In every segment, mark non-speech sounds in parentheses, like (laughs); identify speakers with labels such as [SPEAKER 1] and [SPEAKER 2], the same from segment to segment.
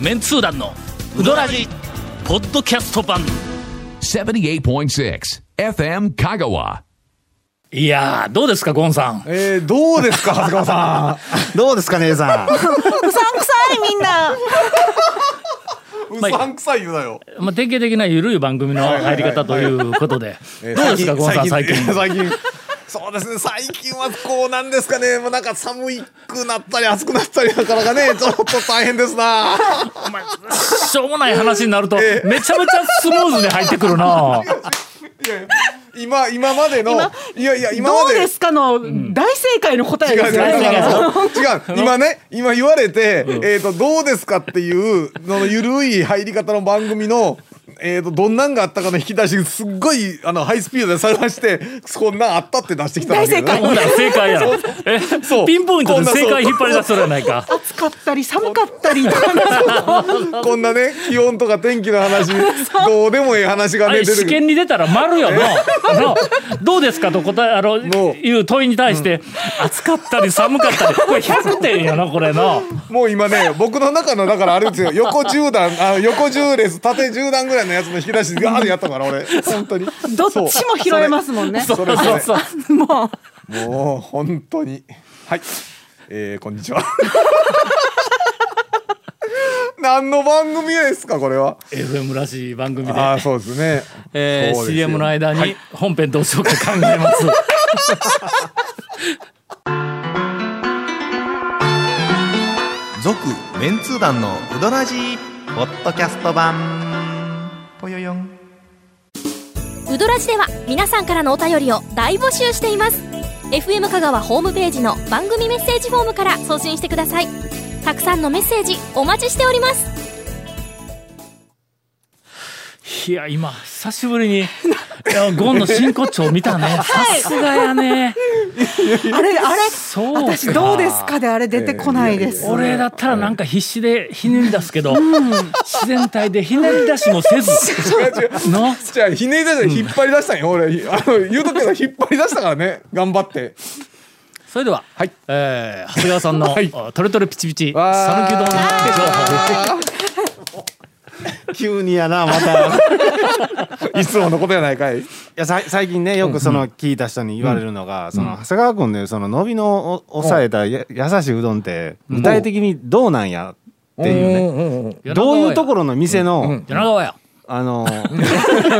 [SPEAKER 1] メンツー団のウドラジポッドキャスト版
[SPEAKER 2] 78.6 FM Kagawa.
[SPEAKER 1] いやーどうですかゴンさん
[SPEAKER 3] えー、どうですか、長谷川さ
[SPEAKER 4] どうですか姉さん
[SPEAKER 5] うさんくさいみんな。
[SPEAKER 3] ん。う
[SPEAKER 1] まあ
[SPEAKER 3] さんくさい言うなよ。
[SPEAKER 1] まあ、典型的な緩い番組の入り方ということで、どうですか、ゴンさん、最近。
[SPEAKER 3] 最近。そうですね、最近はこうなんですかね、もうなんか寒くなったり暑くなったりなかなかね、ちょっと大変ですな。
[SPEAKER 1] お前しょうもない話になると、めちゃめちゃスムーズに入ってくるな。
[SPEAKER 3] 今、今までの、いやいや、今
[SPEAKER 5] ど
[SPEAKER 3] ま
[SPEAKER 5] う
[SPEAKER 3] で。
[SPEAKER 5] ですかの大正解の答え
[SPEAKER 3] 違う
[SPEAKER 5] ですよ
[SPEAKER 1] 違う
[SPEAKER 5] ね。
[SPEAKER 3] 違う違う今ね今言われて、えっ、とどうですかっていうののゆるい入り方の番組のえー、とどんなんがあったかの引き出しすっごいあのハイスピードで探してこんなんあったって出してきたんだけど
[SPEAKER 5] 大正解
[SPEAKER 1] ほら、正解やろ。え
[SPEAKER 3] そう
[SPEAKER 1] ピンポイントで正解
[SPEAKER 3] こんなそう
[SPEAKER 1] 引っ張り出すじゃないか。
[SPEAKER 5] 暑かったり寒かったりと (laughs) か
[SPEAKER 3] こんなね気温とか天気の話どうでもいい話が
[SPEAKER 1] あ
[SPEAKER 3] ね
[SPEAKER 1] れ
[SPEAKER 3] 出
[SPEAKER 1] 試
[SPEAKER 3] てくる
[SPEAKER 1] 験に出たら丸よののどうですかと答えあの
[SPEAKER 3] もう
[SPEAKER 1] いう問いに対して、暑かったり寒かったりこれ100点やなこれの
[SPEAKER 3] もう今ね僕の中のだからあれですよ横10段あ横10列縦10段ぐらいのやつの引き出しガーッてやったから俺本当に
[SPEAKER 5] どっちも拾えますもんね。
[SPEAKER 3] それそ
[SPEAKER 1] (laughs)
[SPEAKER 3] れ
[SPEAKER 1] そう
[SPEAKER 5] もう
[SPEAKER 3] もう本当にはい、えー、こんに (laughs) ちは何の番組ですかこれは
[SPEAKER 1] FM らしい番組で
[SPEAKER 3] ああそうですね、
[SPEAKER 1] えー
[SPEAKER 3] そうですよ
[SPEAKER 1] CM の間
[SPEAKER 3] は
[SPEAKER 1] に
[SPEAKER 3] い
[SPEAKER 1] 本編どうしようか考えます。
[SPEAKER 4] 続メンツー団のウドラジーポッドキャスト版ぽよよん
[SPEAKER 6] ウドラジでは皆さんからのお便りを大募集しています FM 香川ホームページの番組メッセージフォームから送信してくださいたくさんのメッセージお待ちしております
[SPEAKER 1] (laughs) いや今久しぶりにいやゴンの真骨頂見たね。さすがやね。
[SPEAKER 5] あれあれ
[SPEAKER 1] そうか。
[SPEAKER 5] 私どうですかであれ出てこないです。
[SPEAKER 1] 俺だったらなんか必死でひねり出すけど、自然体でひねり出しもせず。の
[SPEAKER 3] じゃあひねり出して引っ張り出したんよ、俺あの言うとけど引っ張り出したからね頑張って
[SPEAKER 1] それでは、
[SPEAKER 3] はい
[SPEAKER 1] えー長谷川さんの、
[SPEAKER 3] はい
[SPEAKER 1] あトレトレピチピチ
[SPEAKER 3] わー
[SPEAKER 1] サヌキうどん情報
[SPEAKER 4] 急にやなまた (laughs) い
[SPEAKER 3] いつものことやないかい
[SPEAKER 4] やさい最近ねよくその聞いた人に言われるのが、その長谷川君でその伸びのお抑えたや優しいうどんって具体的にどうなんやっていうね、どういうところの店の、
[SPEAKER 1] 柳川や。
[SPEAKER 4] あの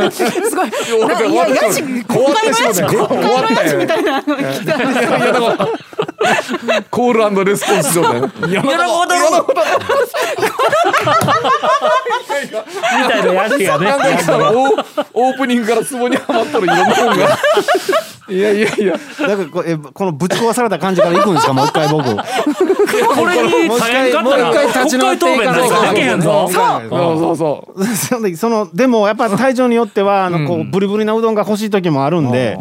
[SPEAKER 5] すごい。
[SPEAKER 3] 終わっ
[SPEAKER 5] な
[SPEAKER 3] て
[SPEAKER 5] い
[SPEAKER 3] 終わっ
[SPEAKER 5] や
[SPEAKER 3] て
[SPEAKER 5] やし
[SPEAKER 3] 終わってしまったよ終わったよ
[SPEAKER 5] みたいなの聞いたら
[SPEAKER 3] コールレスポンス状態や
[SPEAKER 1] 柳川だろ。みたいなやつがね。
[SPEAKER 3] なんかそのオー (laughs) オープニングからツボにはまっとるいろんなも (laughs) んがいやいやいや
[SPEAKER 4] (laughs) なんかこうえこのぶち壊された感じから行くんですかもう一回 (laughs) 僕
[SPEAKER 1] これに大変かったら
[SPEAKER 4] もう一回立ち直っていかな
[SPEAKER 1] 国会答弁なん
[SPEAKER 4] いと
[SPEAKER 1] かできへんぞ
[SPEAKER 3] そうそうそう
[SPEAKER 4] そのそのでもやっぱ体調によってはあのこうブリブリなうどんが欲しい時もあるんで、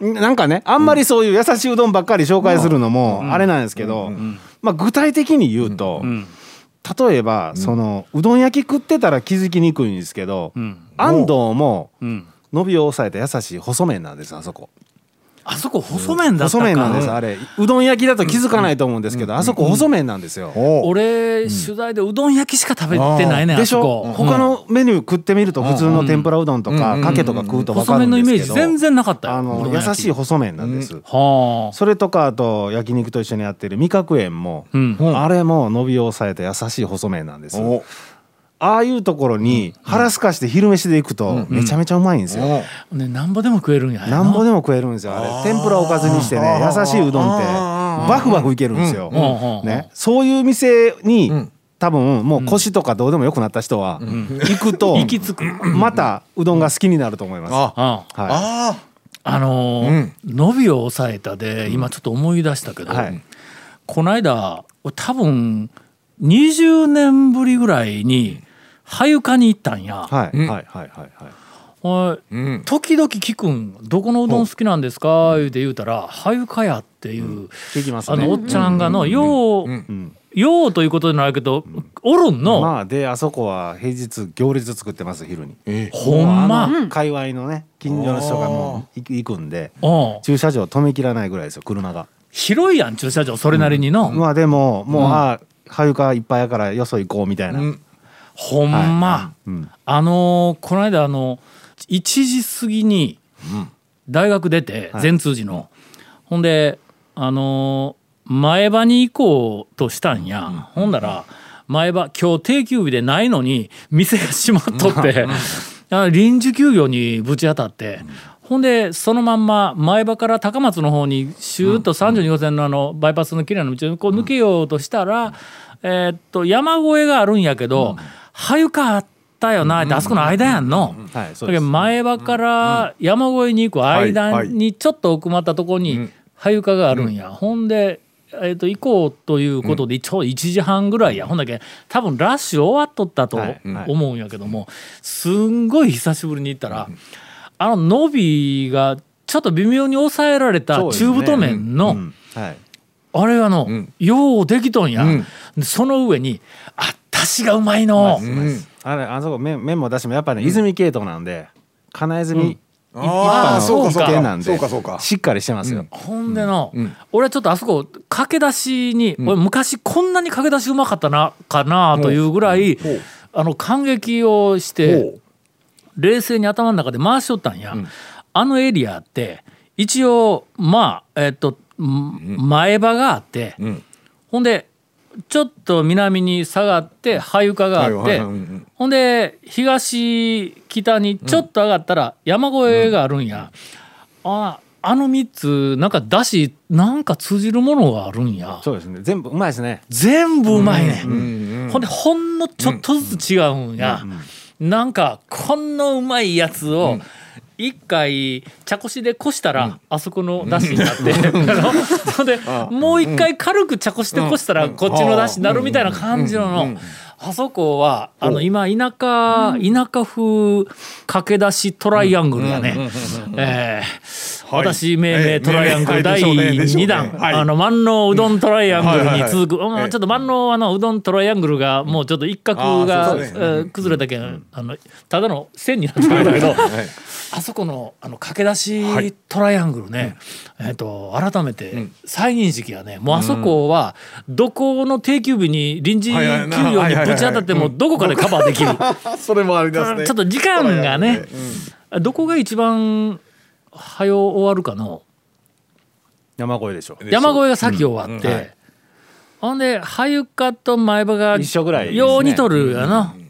[SPEAKER 4] なんかねあんまりそういう優しいうどんばっかり紹介するのもあれなんですけど、まあ、具体的に言うと、例えばそのうどん焼き食ってたら気づきにくいんですけど、安藤も
[SPEAKER 1] ん
[SPEAKER 4] 伸びを抑えた優しい細麺なんですあそこ。
[SPEAKER 1] あそこ細麺だった
[SPEAKER 4] 細
[SPEAKER 1] か
[SPEAKER 4] 麺なんですあれうどん焼きだと気づかないと思うんですけどあそこ細麺なんですよ。
[SPEAKER 1] 俺、取材でうどん焼きしか食べてないねんあ
[SPEAKER 4] でし
[SPEAKER 1] そ
[SPEAKER 4] ょ
[SPEAKER 1] こ
[SPEAKER 4] 他のメニュー食ってみると普通の天ぷらうどんとかかけとか食うと分か
[SPEAKER 1] 細
[SPEAKER 4] る
[SPEAKER 1] 麺
[SPEAKER 4] ん
[SPEAKER 1] のイメー
[SPEAKER 4] で
[SPEAKER 1] ジ
[SPEAKER 4] すけ
[SPEAKER 1] 全
[SPEAKER 4] ど
[SPEAKER 1] 然なかったよ
[SPEAKER 4] あ
[SPEAKER 1] う
[SPEAKER 4] の
[SPEAKER 1] どん
[SPEAKER 4] 優
[SPEAKER 1] 焼き
[SPEAKER 4] しい細麺なんです。
[SPEAKER 1] はあ
[SPEAKER 4] それとかあと焼肉と一緒にやってる味覚園も、
[SPEAKER 1] ん
[SPEAKER 4] あれも伸びを抑えた優しい細麺なんですああいうところに腹すかして昼飯で行くとめちゃめちゃうまいんですよ、
[SPEAKER 1] ねなんぼでも食えるんや
[SPEAKER 4] なんぼ
[SPEAKER 1] で
[SPEAKER 4] でも食えるんですよあれ天ぷらおかずにしてね優しいうどんってバフバフいけるんですよ、
[SPEAKER 1] うんうん
[SPEAKER 4] ね、そういう店に、多分もう腰とかどうでもよくなった人は、行くと
[SPEAKER 1] (laughs) 行き着く
[SPEAKER 4] またうどんが好きになると思います、
[SPEAKER 3] あ
[SPEAKER 1] あ
[SPEAKER 4] は
[SPEAKER 3] あ
[SPEAKER 1] あのー伸びを抑えたで今ちょっと思い出したけど、
[SPEAKER 4] い、はい、
[SPEAKER 1] この間俺多分20年ぶりぐらいに羽床に行ったんや、
[SPEAKER 4] はいはいはいはいはい
[SPEAKER 1] はい
[SPEAKER 3] あうん
[SPEAKER 1] 時々聞くん「どこのうどん好きなんですか?」言うて言うたら「羽床や」っていう、
[SPEAKER 4] 聞きます
[SPEAKER 1] あ
[SPEAKER 4] ね
[SPEAKER 1] のおっちゃんがの「よう」
[SPEAKER 4] うん
[SPEAKER 1] ようということじゃないけど、おるんの、
[SPEAKER 4] まあであそこは平日行列作ってます昼に
[SPEAKER 1] ほんま、
[SPEAKER 4] もうあの界隈のね近所の人がもう行く行くんで
[SPEAKER 1] うん
[SPEAKER 4] 駐車場止めきらないぐらいですよ車が
[SPEAKER 1] 広いやん駐車場それなりにの、
[SPEAKER 4] まあでももう、ああはゆかいっぱいやからよそ行こうみたいな、
[SPEAKER 3] うん
[SPEAKER 1] ほんま、あのーこの間あの1時過ぎに大学出て
[SPEAKER 4] い
[SPEAKER 1] 善通寺の、ほんであのー前歯に行こうとしたんや、ほんなら前歯今日定休日でないのに店が閉まっとって、 (laughs) あ臨時休業にぶち当たって。ほんでそのまんま前歯から高松の方にシューッと32号線のあのバイパスの綺麗な道をこう抜けようとしたら、えーっと山越えがあるんやけど、はゆかあったよなってあそこの間やんの。
[SPEAKER 4] はい
[SPEAKER 1] そ
[SPEAKER 4] そう
[SPEAKER 1] れ
[SPEAKER 4] です
[SPEAKER 1] から前歯から山越えに行く間にちょっと奥まったところにハユカがあるんや、ほんで、えー、と行こうということでちょうど1時半ぐらいやほんだけ多分ラッシュ終わっとったと
[SPEAKER 4] はいはい
[SPEAKER 1] 思うんやけどもすんごい久しぶりに行ったらあの伸びがちょっと微妙に抑えられた
[SPEAKER 4] そうです
[SPEAKER 1] 中
[SPEAKER 4] ね
[SPEAKER 1] 太麺
[SPEAKER 4] う
[SPEAKER 1] の
[SPEAKER 4] んはい
[SPEAKER 1] あれがの、
[SPEAKER 3] ん
[SPEAKER 1] ようできとんや、
[SPEAKER 3] うん
[SPEAKER 1] でその上にあったしがうまいの。
[SPEAKER 3] うん
[SPEAKER 4] あれあそこ麺麺も出しもやっぱね泉系統なんで金泉
[SPEAKER 3] ああ
[SPEAKER 1] 一般
[SPEAKER 3] そうかそう
[SPEAKER 4] 系な
[SPEAKER 3] か
[SPEAKER 4] ん
[SPEAKER 3] そう
[SPEAKER 4] で
[SPEAKER 3] かそうか
[SPEAKER 4] しっかりしてますよ
[SPEAKER 1] ほんでの、
[SPEAKER 3] うん
[SPEAKER 1] 俺はちょっとあそこ駆け出しに、俺昔こんなに駆け出しうまかったなかなというぐらい、
[SPEAKER 3] ほう
[SPEAKER 1] あの感激をし
[SPEAKER 3] ほ
[SPEAKER 1] て
[SPEAKER 3] う
[SPEAKER 1] 冷静に頭の中で回しとったんや、あのエリアって一応まあえっと、前場があって、
[SPEAKER 3] ん
[SPEAKER 1] ほんでちょっと南に下がって羽床があって、
[SPEAKER 3] はいはいうんうん
[SPEAKER 1] ほんで東北にちょっと上がったら山越えがあるんや、ああの3つなんかだしなんか通じるものがあるんや
[SPEAKER 4] そうですね全部うまいですね
[SPEAKER 1] 全部うまいね、ん
[SPEAKER 3] うんうん
[SPEAKER 1] ほんでほんのちょっとずつ違うんや、なんかこんなうまいやつを一回茶こしでこしたら、あそこのだしになって、あのほんでもう一回軽く茶こしでこしたらこっちのだしになるみたいな感じののあそこはあの今田舎田舎風駆け出しトライアングルやねえー
[SPEAKER 3] はい
[SPEAKER 1] 私命名トライアング
[SPEAKER 3] え
[SPEAKER 1] ル
[SPEAKER 3] え
[SPEAKER 1] 第
[SPEAKER 3] はいでしょ
[SPEAKER 1] 2
[SPEAKER 3] うねでしょ
[SPEAKER 1] 弾
[SPEAKER 3] うねはい
[SPEAKER 1] あの万能うどんトライアングルに続く
[SPEAKER 3] はいはいはい
[SPEAKER 1] うんちょっと万能あのうどんトライアングルがもうちょっと一角
[SPEAKER 3] あ
[SPEAKER 1] が
[SPEAKER 3] ーそう
[SPEAKER 1] え
[SPEAKER 3] そうそうね
[SPEAKER 1] ー崩れたけんあのただの線になってるんだけど
[SPEAKER 3] はい
[SPEAKER 1] (laughs) あそこのあの駆け出しトライアングルね、えっと改めて再認識はね、もうあそこはどこの定休日に臨時休業にぶち当たってもどこかでカバーでき
[SPEAKER 3] (laughs)
[SPEAKER 1] る、
[SPEAKER 3] あそれもありますね
[SPEAKER 1] ちょっと時間がね、どこが一番早う終わるかの
[SPEAKER 4] 山越えでしょ
[SPEAKER 1] 山越えが先終わって、ほんで羽床と前歯が
[SPEAKER 4] 一緒ぐらいですね
[SPEAKER 1] ようにとるやな。うん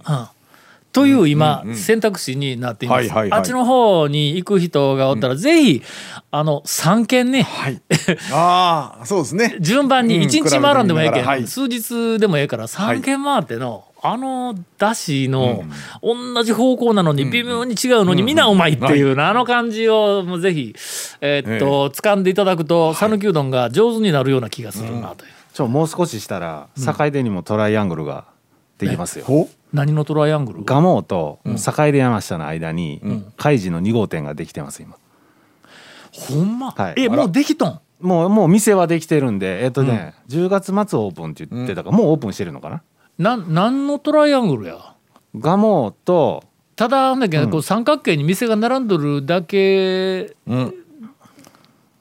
[SPEAKER 1] という今選択肢になっていま
[SPEAKER 3] はい
[SPEAKER 1] す。
[SPEAKER 3] はいはい
[SPEAKER 1] あっちの方に行く人がおったらぜひあの3軒ね (laughs)
[SPEAKER 3] はいああそうですね
[SPEAKER 1] 順番に
[SPEAKER 3] うん
[SPEAKER 1] 1日回らんでもええけ
[SPEAKER 3] 比べてみながらは
[SPEAKER 1] ん
[SPEAKER 3] い
[SPEAKER 1] 数日でもええから3軒回ってのあのだしの同じ方向なのに微妙に違うのにみんなうまいっていうなあの感じをもうぜひえーっと掴んでいただくと讃岐うどんが上手になるような気がするなという。
[SPEAKER 4] ちょもう少ししたら坂出にもトライアングルができますよ
[SPEAKER 3] ほ
[SPEAKER 1] 何のトライアングル
[SPEAKER 4] 蒲生と坂出山下の間に海事の2号店ができてます今
[SPEAKER 1] ほんま、
[SPEAKER 4] はい
[SPEAKER 1] えもうできとん
[SPEAKER 4] もうもう店はできてるんでえっとね10月末オープンって言ってたからもうオープンしてるのかな
[SPEAKER 1] なん何のトライアングルや
[SPEAKER 4] 蒲生と
[SPEAKER 1] ただなんだっけど、こう三角形に店が並んどるだけ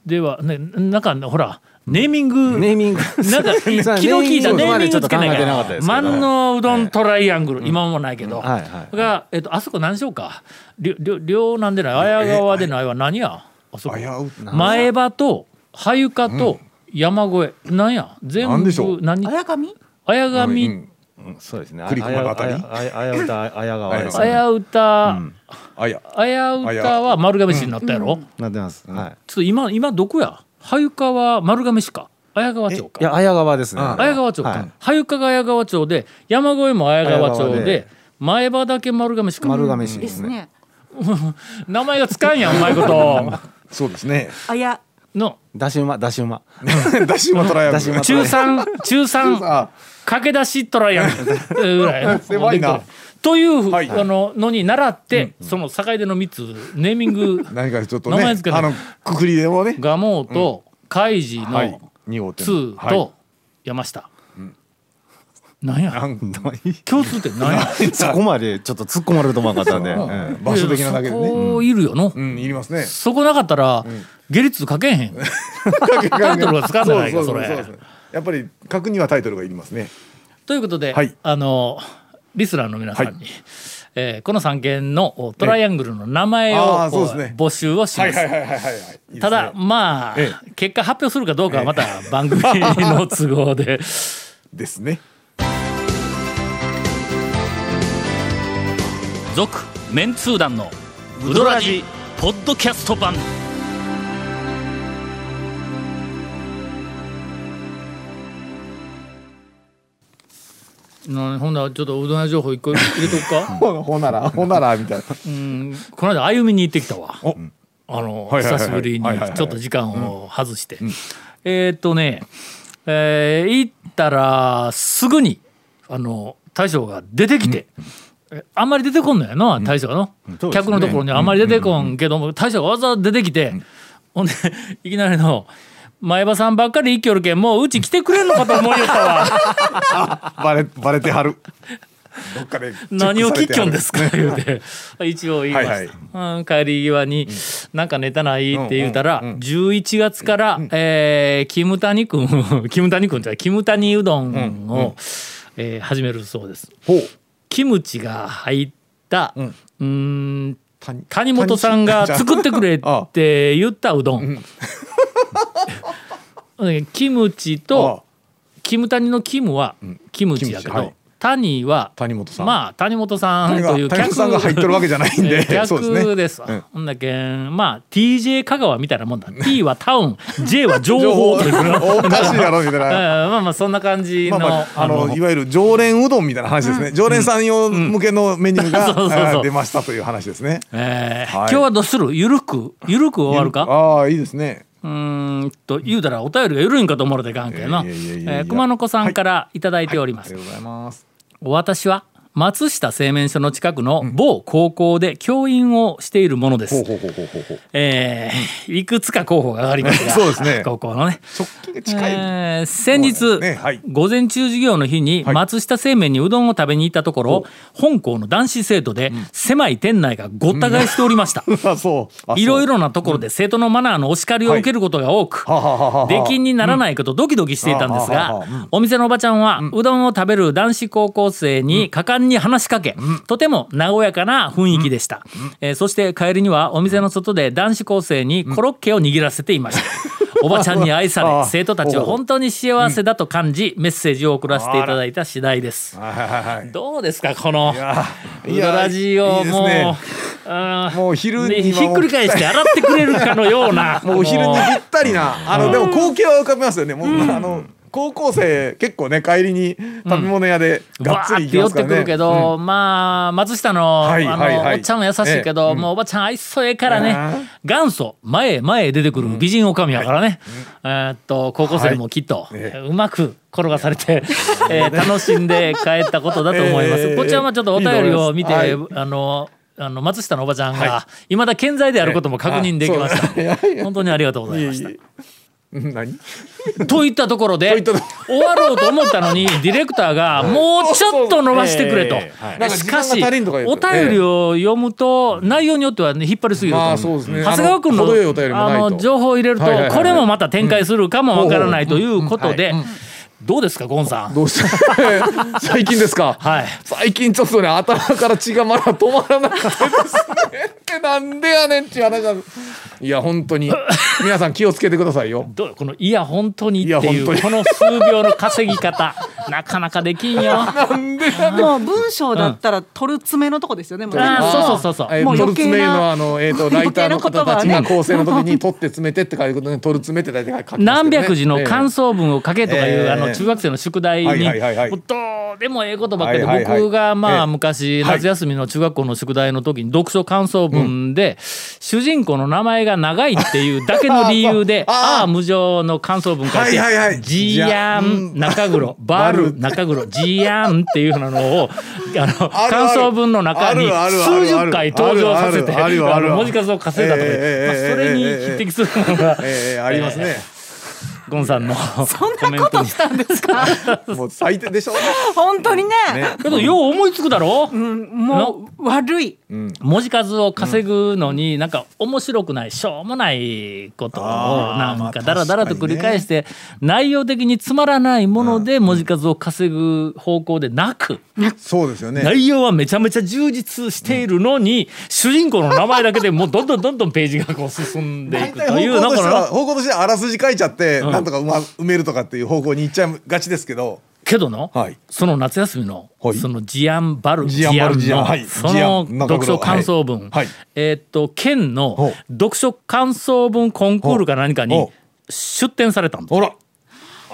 [SPEAKER 1] では、ね、なんかほらネーミング、
[SPEAKER 4] ネーミング
[SPEAKER 1] なん
[SPEAKER 4] (laughs)
[SPEAKER 1] か昨日聞いたネーミングつけないか
[SPEAKER 4] ちょっと考えてなからったですけど
[SPEAKER 1] 万能うどんトライアングル、今もないけど、
[SPEAKER 4] はいはい
[SPEAKER 1] が、えっと、あそこ何しようかりょりょ両なんでない綾川でないは何やあそうこ
[SPEAKER 3] 危う
[SPEAKER 1] 前歯と羽床と山越え、なんや全
[SPEAKER 3] なん
[SPEAKER 1] 部
[SPEAKER 3] でしょう
[SPEAKER 1] 何
[SPEAKER 5] 綾上
[SPEAKER 1] 綾
[SPEAKER 3] う
[SPEAKER 1] 上
[SPEAKER 3] ん
[SPEAKER 4] そうですね。
[SPEAKER 3] 栗駒のあたり
[SPEAKER 4] あやあやあやうたあや川です
[SPEAKER 3] あ
[SPEAKER 4] ね。
[SPEAKER 1] 綾歌、
[SPEAKER 3] あいや
[SPEAKER 1] 綾歌は丸亀市になったやろ、ちょっ
[SPEAKER 4] なってます。はい。
[SPEAKER 1] と今今どこや羽床は丸亀市か綾川町
[SPEAKER 4] い
[SPEAKER 1] か
[SPEAKER 4] やあや川ですね。
[SPEAKER 3] あ
[SPEAKER 1] 綾川町か、
[SPEAKER 4] はい
[SPEAKER 1] 羽床が綾川町で山越えも綾川町
[SPEAKER 4] 綾
[SPEAKER 1] で
[SPEAKER 4] 川で
[SPEAKER 1] 前歯だけ丸亀市か
[SPEAKER 4] 丸亀市
[SPEAKER 5] で
[SPEAKER 4] ですすね。
[SPEAKER 5] ね。
[SPEAKER 1] 名前がつかんやんうまい
[SPEAKER 3] (laughs)
[SPEAKER 1] こと
[SPEAKER 3] そうですね
[SPEAKER 5] 綾
[SPEAKER 1] の
[SPEAKER 4] だし馬だし馬。
[SPEAKER 3] ダッシュ馬トライアングル
[SPEAKER 4] ダッシュ馬
[SPEAKER 1] 中
[SPEAKER 3] (laughs)
[SPEAKER 1] 三中三
[SPEAKER 3] あ
[SPEAKER 1] 駆け出しトライ
[SPEAKER 3] (laughs)
[SPEAKER 1] アングルぐらい
[SPEAKER 3] 狭いな
[SPEAKER 1] という、
[SPEAKER 3] はい
[SPEAKER 1] あののに習って、その境出の三つネーミン
[SPEAKER 3] (laughs)
[SPEAKER 1] グ
[SPEAKER 3] 何かちょっと
[SPEAKER 1] 名前
[SPEAKER 3] ね
[SPEAKER 1] ですけど
[SPEAKER 3] あのくくりでもね
[SPEAKER 1] 蒲生と海事
[SPEAKER 3] はい
[SPEAKER 1] の
[SPEAKER 3] 二号店
[SPEAKER 1] 2
[SPEAKER 3] はい
[SPEAKER 1] と山下、なん
[SPEAKER 3] な
[SPEAKER 1] や
[SPEAKER 3] んか
[SPEAKER 1] 共通点なんや
[SPEAKER 4] (laughs) そこまでちょっと突っ込まれると思わなかったんで。ええ
[SPEAKER 3] (laughs) 場所的なだけで
[SPEAKER 1] そ
[SPEAKER 3] ね
[SPEAKER 1] こいるよの、
[SPEAKER 3] うんいりますね
[SPEAKER 1] そこなかったら、ゲリツ書けへんタ
[SPEAKER 3] タ
[SPEAKER 1] イトルがつかんじゃないかそれ
[SPEAKER 3] やっぱり確認はタイトルがいりますね
[SPEAKER 1] ということで、
[SPEAKER 3] はい
[SPEAKER 1] あのリスナーの皆さんに、えーこの3件のおトライアングルの名前を
[SPEAKER 3] あーそうですね
[SPEAKER 1] 募集をします。
[SPEAKER 3] はいはいはいはいはいはいいいですね。
[SPEAKER 1] ただまあ、
[SPEAKER 3] え
[SPEAKER 1] 結果発表するかどうかはまた番組の都合
[SPEAKER 3] (laughs)
[SPEAKER 1] で
[SPEAKER 3] ですね。
[SPEAKER 1] 続メンツー団のウドラジポッドキャスト版なほんならちょっとうどん屋情報一個入れとく
[SPEAKER 3] (laughs)
[SPEAKER 1] か
[SPEAKER 3] ほほならほならみたいな。
[SPEAKER 1] うんこの間歩みに行ってきたわ
[SPEAKER 3] お
[SPEAKER 1] あの、
[SPEAKER 3] はいはいはい
[SPEAKER 1] 久しぶり
[SPEAKER 3] はいはい
[SPEAKER 1] に
[SPEAKER 3] はい
[SPEAKER 1] ちょっと時間を外して、えーっとね、えー行ったらすぐにあの大将が出てきて、えあんまり出てこんのやな大将の、
[SPEAKER 4] そうですね
[SPEAKER 1] 客のところにあんまり出てこんけども、大将がわざわざ出てきて、ほんでいきなりの「前場さんばっかり一挙るけんもううち来てくれんのかと思いよったわ
[SPEAKER 3] バレバレてはる。どっかでチェックされてはる
[SPEAKER 1] 何をきっきょんですか」 (laughs) 言うて一応言いました、
[SPEAKER 3] はい
[SPEAKER 1] うん、帰り際に「なんかネタない?」って言うたら、11月から、えーキムタニ君 (laughs) キムタニ君じゃないキムタニうどんを、えー始めるそうです。
[SPEAKER 3] ほう。
[SPEAKER 1] キムチが入った、う
[SPEAKER 3] う
[SPEAKER 1] ーん
[SPEAKER 3] ん谷
[SPEAKER 1] 谷本さんが作ってくれって言ったうどん。 (laughs) キムチとキムタニのキムはキムチやけ
[SPEAKER 3] キムチは
[SPEAKER 1] ど
[SPEAKER 3] い
[SPEAKER 1] 谷は
[SPEAKER 3] 谷本さん
[SPEAKER 1] まあ谷本さんという
[SPEAKER 3] 谷
[SPEAKER 1] 客
[SPEAKER 3] 本さんが入ってるわけじゃないんで
[SPEAKER 1] えー
[SPEAKER 3] そうです
[SPEAKER 1] (laughs)
[SPEAKER 3] ね
[SPEAKER 1] 客ですわ。ほんだけんまあ TJ 香川みたいなもんだ。T はタウン J は情
[SPEAKER 3] 情報
[SPEAKER 1] 報
[SPEAKER 3] お
[SPEAKER 1] という
[SPEAKER 3] (laughs)
[SPEAKER 1] の。
[SPEAKER 3] かしいやろみ
[SPEAKER 1] え
[SPEAKER 3] たい
[SPEAKER 1] ー (laughs)
[SPEAKER 3] な。
[SPEAKER 1] まあまあそんな感じ
[SPEAKER 3] ま
[SPEAKER 1] の
[SPEAKER 3] あまあ、あ
[SPEAKER 1] あの
[SPEAKER 3] のいわゆる常連うどんみたいな話ですね、常連さん用向けのメニュー
[SPEAKER 1] うん (laughs) そうそうそう
[SPEAKER 3] があー出ましたという話ですね。
[SPEAKER 1] えー
[SPEAKER 3] は
[SPEAKER 1] 今
[SPEAKER 3] い
[SPEAKER 1] 日はどうするゆるくゆるく終わるか
[SPEAKER 3] ああいいですね。
[SPEAKER 1] うーんと言うたらお便りが緩いんかと思われていかんけどな、
[SPEAKER 3] い
[SPEAKER 1] え
[SPEAKER 3] やいやいやいや
[SPEAKER 1] ー熊野子さんからいただいております、
[SPEAKER 3] ありがとうございます。
[SPEAKER 1] 私は松下製麺所の近くの某高校で教員をしているものです、
[SPEAKER 3] ほうほうほうほうほうほう。
[SPEAKER 1] えーいくつか候補がありますが
[SPEAKER 3] (laughs) そうですね
[SPEAKER 1] 高校のね
[SPEAKER 3] 直近が近い。
[SPEAKER 1] えー先日、
[SPEAKER 3] ねはい
[SPEAKER 1] 午前中授業の日に
[SPEAKER 3] はい
[SPEAKER 1] 松下製麺にうどんを食べに行ったところ、本校の男子生徒で狭い店内がごった返しておりました、
[SPEAKER 3] (laughs) あそう。あそう
[SPEAKER 1] いろいろなところで生徒のマナーのお叱りを受けることが多く、
[SPEAKER 3] ははははは
[SPEAKER 1] 出禁にならないことドキドキしていたんです
[SPEAKER 3] うんあは
[SPEAKER 1] が
[SPEAKER 3] はは、
[SPEAKER 1] お店のおばちゃんは、うどんを食べる男子高校生に果敢に話しかけ、とても和やかな雰囲気でした。えーそして帰りにはお店の外で男子高生にコロッケを握らせていました。おばちゃんに愛さ
[SPEAKER 3] (laughs) あ
[SPEAKER 1] れ、
[SPEAKER 3] あ
[SPEAKER 1] 生徒たちは本当に幸せだと感じ、メッセージを送らせていただいた次第です。
[SPEAKER 3] はいはいはい。
[SPEAKER 1] どうですか、この、
[SPEAKER 3] あ
[SPEAKER 1] ウドラジ
[SPEAKER 3] い
[SPEAKER 1] オ
[SPEAKER 3] いです
[SPEAKER 1] もう
[SPEAKER 3] ね、
[SPEAKER 1] あー
[SPEAKER 3] もう昼には
[SPEAKER 1] ひっくり返して洗ってくれるかのような。
[SPEAKER 3] (laughs) もうお昼にぴったりな、あの、でも光景は浮かびますよね。もう、あの、高校生、結構ね、帰りに食べ物屋で、が
[SPEAKER 1] わ
[SPEAKER 3] っつ
[SPEAKER 1] ー
[SPEAKER 3] り
[SPEAKER 1] って
[SPEAKER 3] 行き
[SPEAKER 1] 寄
[SPEAKER 3] ま
[SPEAKER 1] っ
[SPEAKER 3] すか
[SPEAKER 1] て
[SPEAKER 3] ら
[SPEAKER 1] くるけ
[SPEAKER 3] ね。
[SPEAKER 1] ど、まあ松下の,、
[SPEAKER 3] はいはい
[SPEAKER 1] あの
[SPEAKER 3] は
[SPEAKER 1] お
[SPEAKER 3] い
[SPEAKER 1] っちゃんも優しいけど、もうおばちゃん愛想ええからね、
[SPEAKER 3] あ
[SPEAKER 1] 元祖前へ前へ出てくる美人女将やからね、えーっと高校生もきっと、
[SPEAKER 3] え
[SPEAKER 1] うまく転がされて、 (laughs) えー楽しんで帰ったことだと思います。
[SPEAKER 3] (laughs) ええ
[SPEAKER 1] こちらもちょっとお便りを見て、
[SPEAKER 3] いいと思
[SPEAKER 1] あのあの松下のおばちゃんがいまだ健在であることも確認できました。
[SPEAKER 3] ええあ (laughs) そういやいや
[SPEAKER 1] 本当にありがとうございました。
[SPEAKER 3] うん何
[SPEAKER 1] といったところで終わろうと思ったの
[SPEAKER 3] (laughs)
[SPEAKER 1] にディレクターがもうちょっと伸ばしてくれと
[SPEAKER 4] そうそうええはい
[SPEAKER 3] なんか
[SPEAKER 1] しかし
[SPEAKER 3] 時間が足りんとか言
[SPEAKER 1] お
[SPEAKER 3] うと
[SPEAKER 1] 便りを読むと内容によってはね引っ張りすぎると
[SPEAKER 3] まあ
[SPEAKER 1] 思
[SPEAKER 3] そう
[SPEAKER 1] う
[SPEAKER 3] ですね
[SPEAKER 1] 長谷川君
[SPEAKER 3] あの程よいお便り
[SPEAKER 1] の
[SPEAKER 3] もないと
[SPEAKER 1] あの情報を入れると
[SPEAKER 3] はいはいはい
[SPEAKER 1] これもまた展開するかもわからないということでどうですかゴンさん
[SPEAKER 3] どうした (laughs) 最近ですか
[SPEAKER 1] はい
[SPEAKER 3] 最近ちょっとね、頭から血がまだ止まらなくてですね。ってなんでやねんっていう話なんですいや、本当に。皆さん気をつけてくださいよ。 (laughs)
[SPEAKER 1] どうこの「いや本当に」って
[SPEAKER 3] い
[SPEAKER 1] い
[SPEAKER 3] や
[SPEAKER 1] う
[SPEAKER 3] 本当
[SPEAKER 1] この数秒の稼ぎ方なかなかできん
[SPEAKER 3] (laughs)
[SPEAKER 1] よ。
[SPEAKER 5] もう文章だったら取る爪のとこですよね。もうね
[SPEAKER 1] あーそうそうそうそう
[SPEAKER 3] えー
[SPEAKER 5] もう
[SPEAKER 3] トル
[SPEAKER 5] 余計
[SPEAKER 3] ツ
[SPEAKER 5] な
[SPEAKER 3] メのあの、えっ、と、ライターの方たち
[SPEAKER 5] 余計
[SPEAKER 3] が
[SPEAKER 5] な言葉
[SPEAKER 3] 構成の時に、取って詰めてって書いてことに、取る詰めって大体書きますけどね
[SPEAKER 1] 何百字の感
[SPEAKER 3] え
[SPEAKER 1] 想文を書けとかいう、
[SPEAKER 3] ええ
[SPEAKER 1] あの中学生の宿題
[SPEAKER 3] はい
[SPEAKER 1] に、
[SPEAKER 3] はいはいはい
[SPEAKER 1] もうどうでもええことばっかりで、
[SPEAKER 3] はいはいはい
[SPEAKER 1] 僕がまあ
[SPEAKER 3] ええ
[SPEAKER 1] 昔、
[SPEAKER 3] はい、
[SPEAKER 1] 夏休みの中学校の宿題の時に読書感想文で、主人公の名前が長いっていうだけの理由で
[SPEAKER 3] (laughs) あ
[SPEAKER 1] ああ無情の感想文書いて、
[SPEAKER 3] はいはいはい
[SPEAKER 1] ジアン中黒、バル中黒、ジアンっていうふうなの
[SPEAKER 3] (laughs)
[SPEAKER 1] を、あの、
[SPEAKER 3] ある
[SPEAKER 1] 感想文の中に
[SPEAKER 3] あるあるあるあ
[SPEAKER 1] 数
[SPEAKER 3] る
[SPEAKER 1] 十回登場させて、
[SPEAKER 3] あるあるあるある
[SPEAKER 1] あの文字数を稼いだとかいう
[SPEAKER 3] ええええええ
[SPEAKER 1] まあそれに匹敵するものが、
[SPEAKER 3] (laughs) ーえーありますね。
[SPEAKER 1] ゴンさんの
[SPEAKER 5] そんなことしたんですか
[SPEAKER 3] もう最低でしょ。
[SPEAKER 5] (laughs) 本当にね
[SPEAKER 3] ね。
[SPEAKER 1] けどよう思いつくだろ、
[SPEAKER 5] うん、もう悪い
[SPEAKER 3] うん。
[SPEAKER 1] 文字数を稼ぐのになんか面白くないしょうもないことを
[SPEAKER 3] あー
[SPEAKER 1] なんか
[SPEAKER 3] まあ
[SPEAKER 1] だらだらと繰り返して内容的につまらないもので文字数を稼ぐ方向でなく
[SPEAKER 3] そうですよね。
[SPEAKER 1] 内容はめちゃめちゃ充実しているのに主人公の名前だけでもうどんどんどんどんページがこう進んでい
[SPEAKER 3] 大
[SPEAKER 1] く
[SPEAKER 3] 体
[SPEAKER 1] という
[SPEAKER 3] 方向として
[SPEAKER 1] な
[SPEAKER 3] は方向としてはあらすじ書いちゃって、
[SPEAKER 1] ん
[SPEAKER 3] なんとかうま埋めるとかっていう方向に行っちゃいがちですけど
[SPEAKER 1] けどの
[SPEAKER 3] はい
[SPEAKER 1] その夏休みの
[SPEAKER 3] はい
[SPEAKER 1] そのジアンバル
[SPEAKER 3] ジアンバル
[SPEAKER 1] ジ
[SPEAKER 3] ジアン
[SPEAKER 1] の
[SPEAKER 3] はい
[SPEAKER 1] そ
[SPEAKER 3] ジア
[SPEAKER 1] の
[SPEAKER 3] ン中
[SPEAKER 1] 読
[SPEAKER 3] 黒
[SPEAKER 1] 書感想文
[SPEAKER 3] はいはい
[SPEAKER 1] えーっと県
[SPEAKER 3] ほ
[SPEAKER 1] の
[SPEAKER 3] う
[SPEAKER 1] 読書感想文コンクールか何かに
[SPEAKER 3] ほ
[SPEAKER 1] 出展されたんだ
[SPEAKER 3] ほら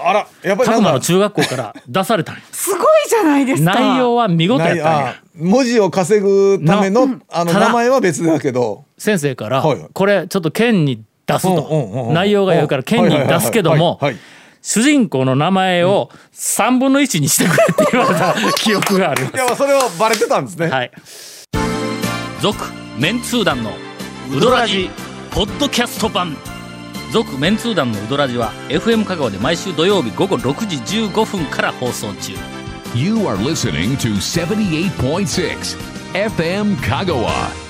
[SPEAKER 3] あらやっぱり
[SPEAKER 1] 各
[SPEAKER 3] なん
[SPEAKER 1] 馬
[SPEAKER 3] か
[SPEAKER 1] の中学校から出されたんや
[SPEAKER 5] すごいじゃないですか
[SPEAKER 1] 内容は見事やった
[SPEAKER 3] な
[SPEAKER 1] ん
[SPEAKER 3] い
[SPEAKER 1] や
[SPEAKER 3] あ文字を稼ぐための
[SPEAKER 1] な
[SPEAKER 3] あの
[SPEAKER 1] ただ
[SPEAKER 3] 名前は別だけど
[SPEAKER 1] 先生から
[SPEAKER 3] はいはい
[SPEAKER 1] 「これちょっと県に出す」
[SPEAKER 3] うんうんうんう
[SPEAKER 1] と
[SPEAKER 3] ん
[SPEAKER 1] 内容が言うから県に出すけども
[SPEAKER 3] はいはいはいはいはい
[SPEAKER 1] 主人公の名前を3分の1にしてくれって言われた
[SPEAKER 3] (laughs)
[SPEAKER 1] 記憶がありま
[SPEAKER 3] いやそれはバレてたんですね、
[SPEAKER 1] す。はい。続メンツー団のウドラジポッドキャスト版。続メンツー団のウドラジは FM 香川で毎週土曜日午後6時15分から放送中。
[SPEAKER 2] You are listening to 78.6 FM Kagawa.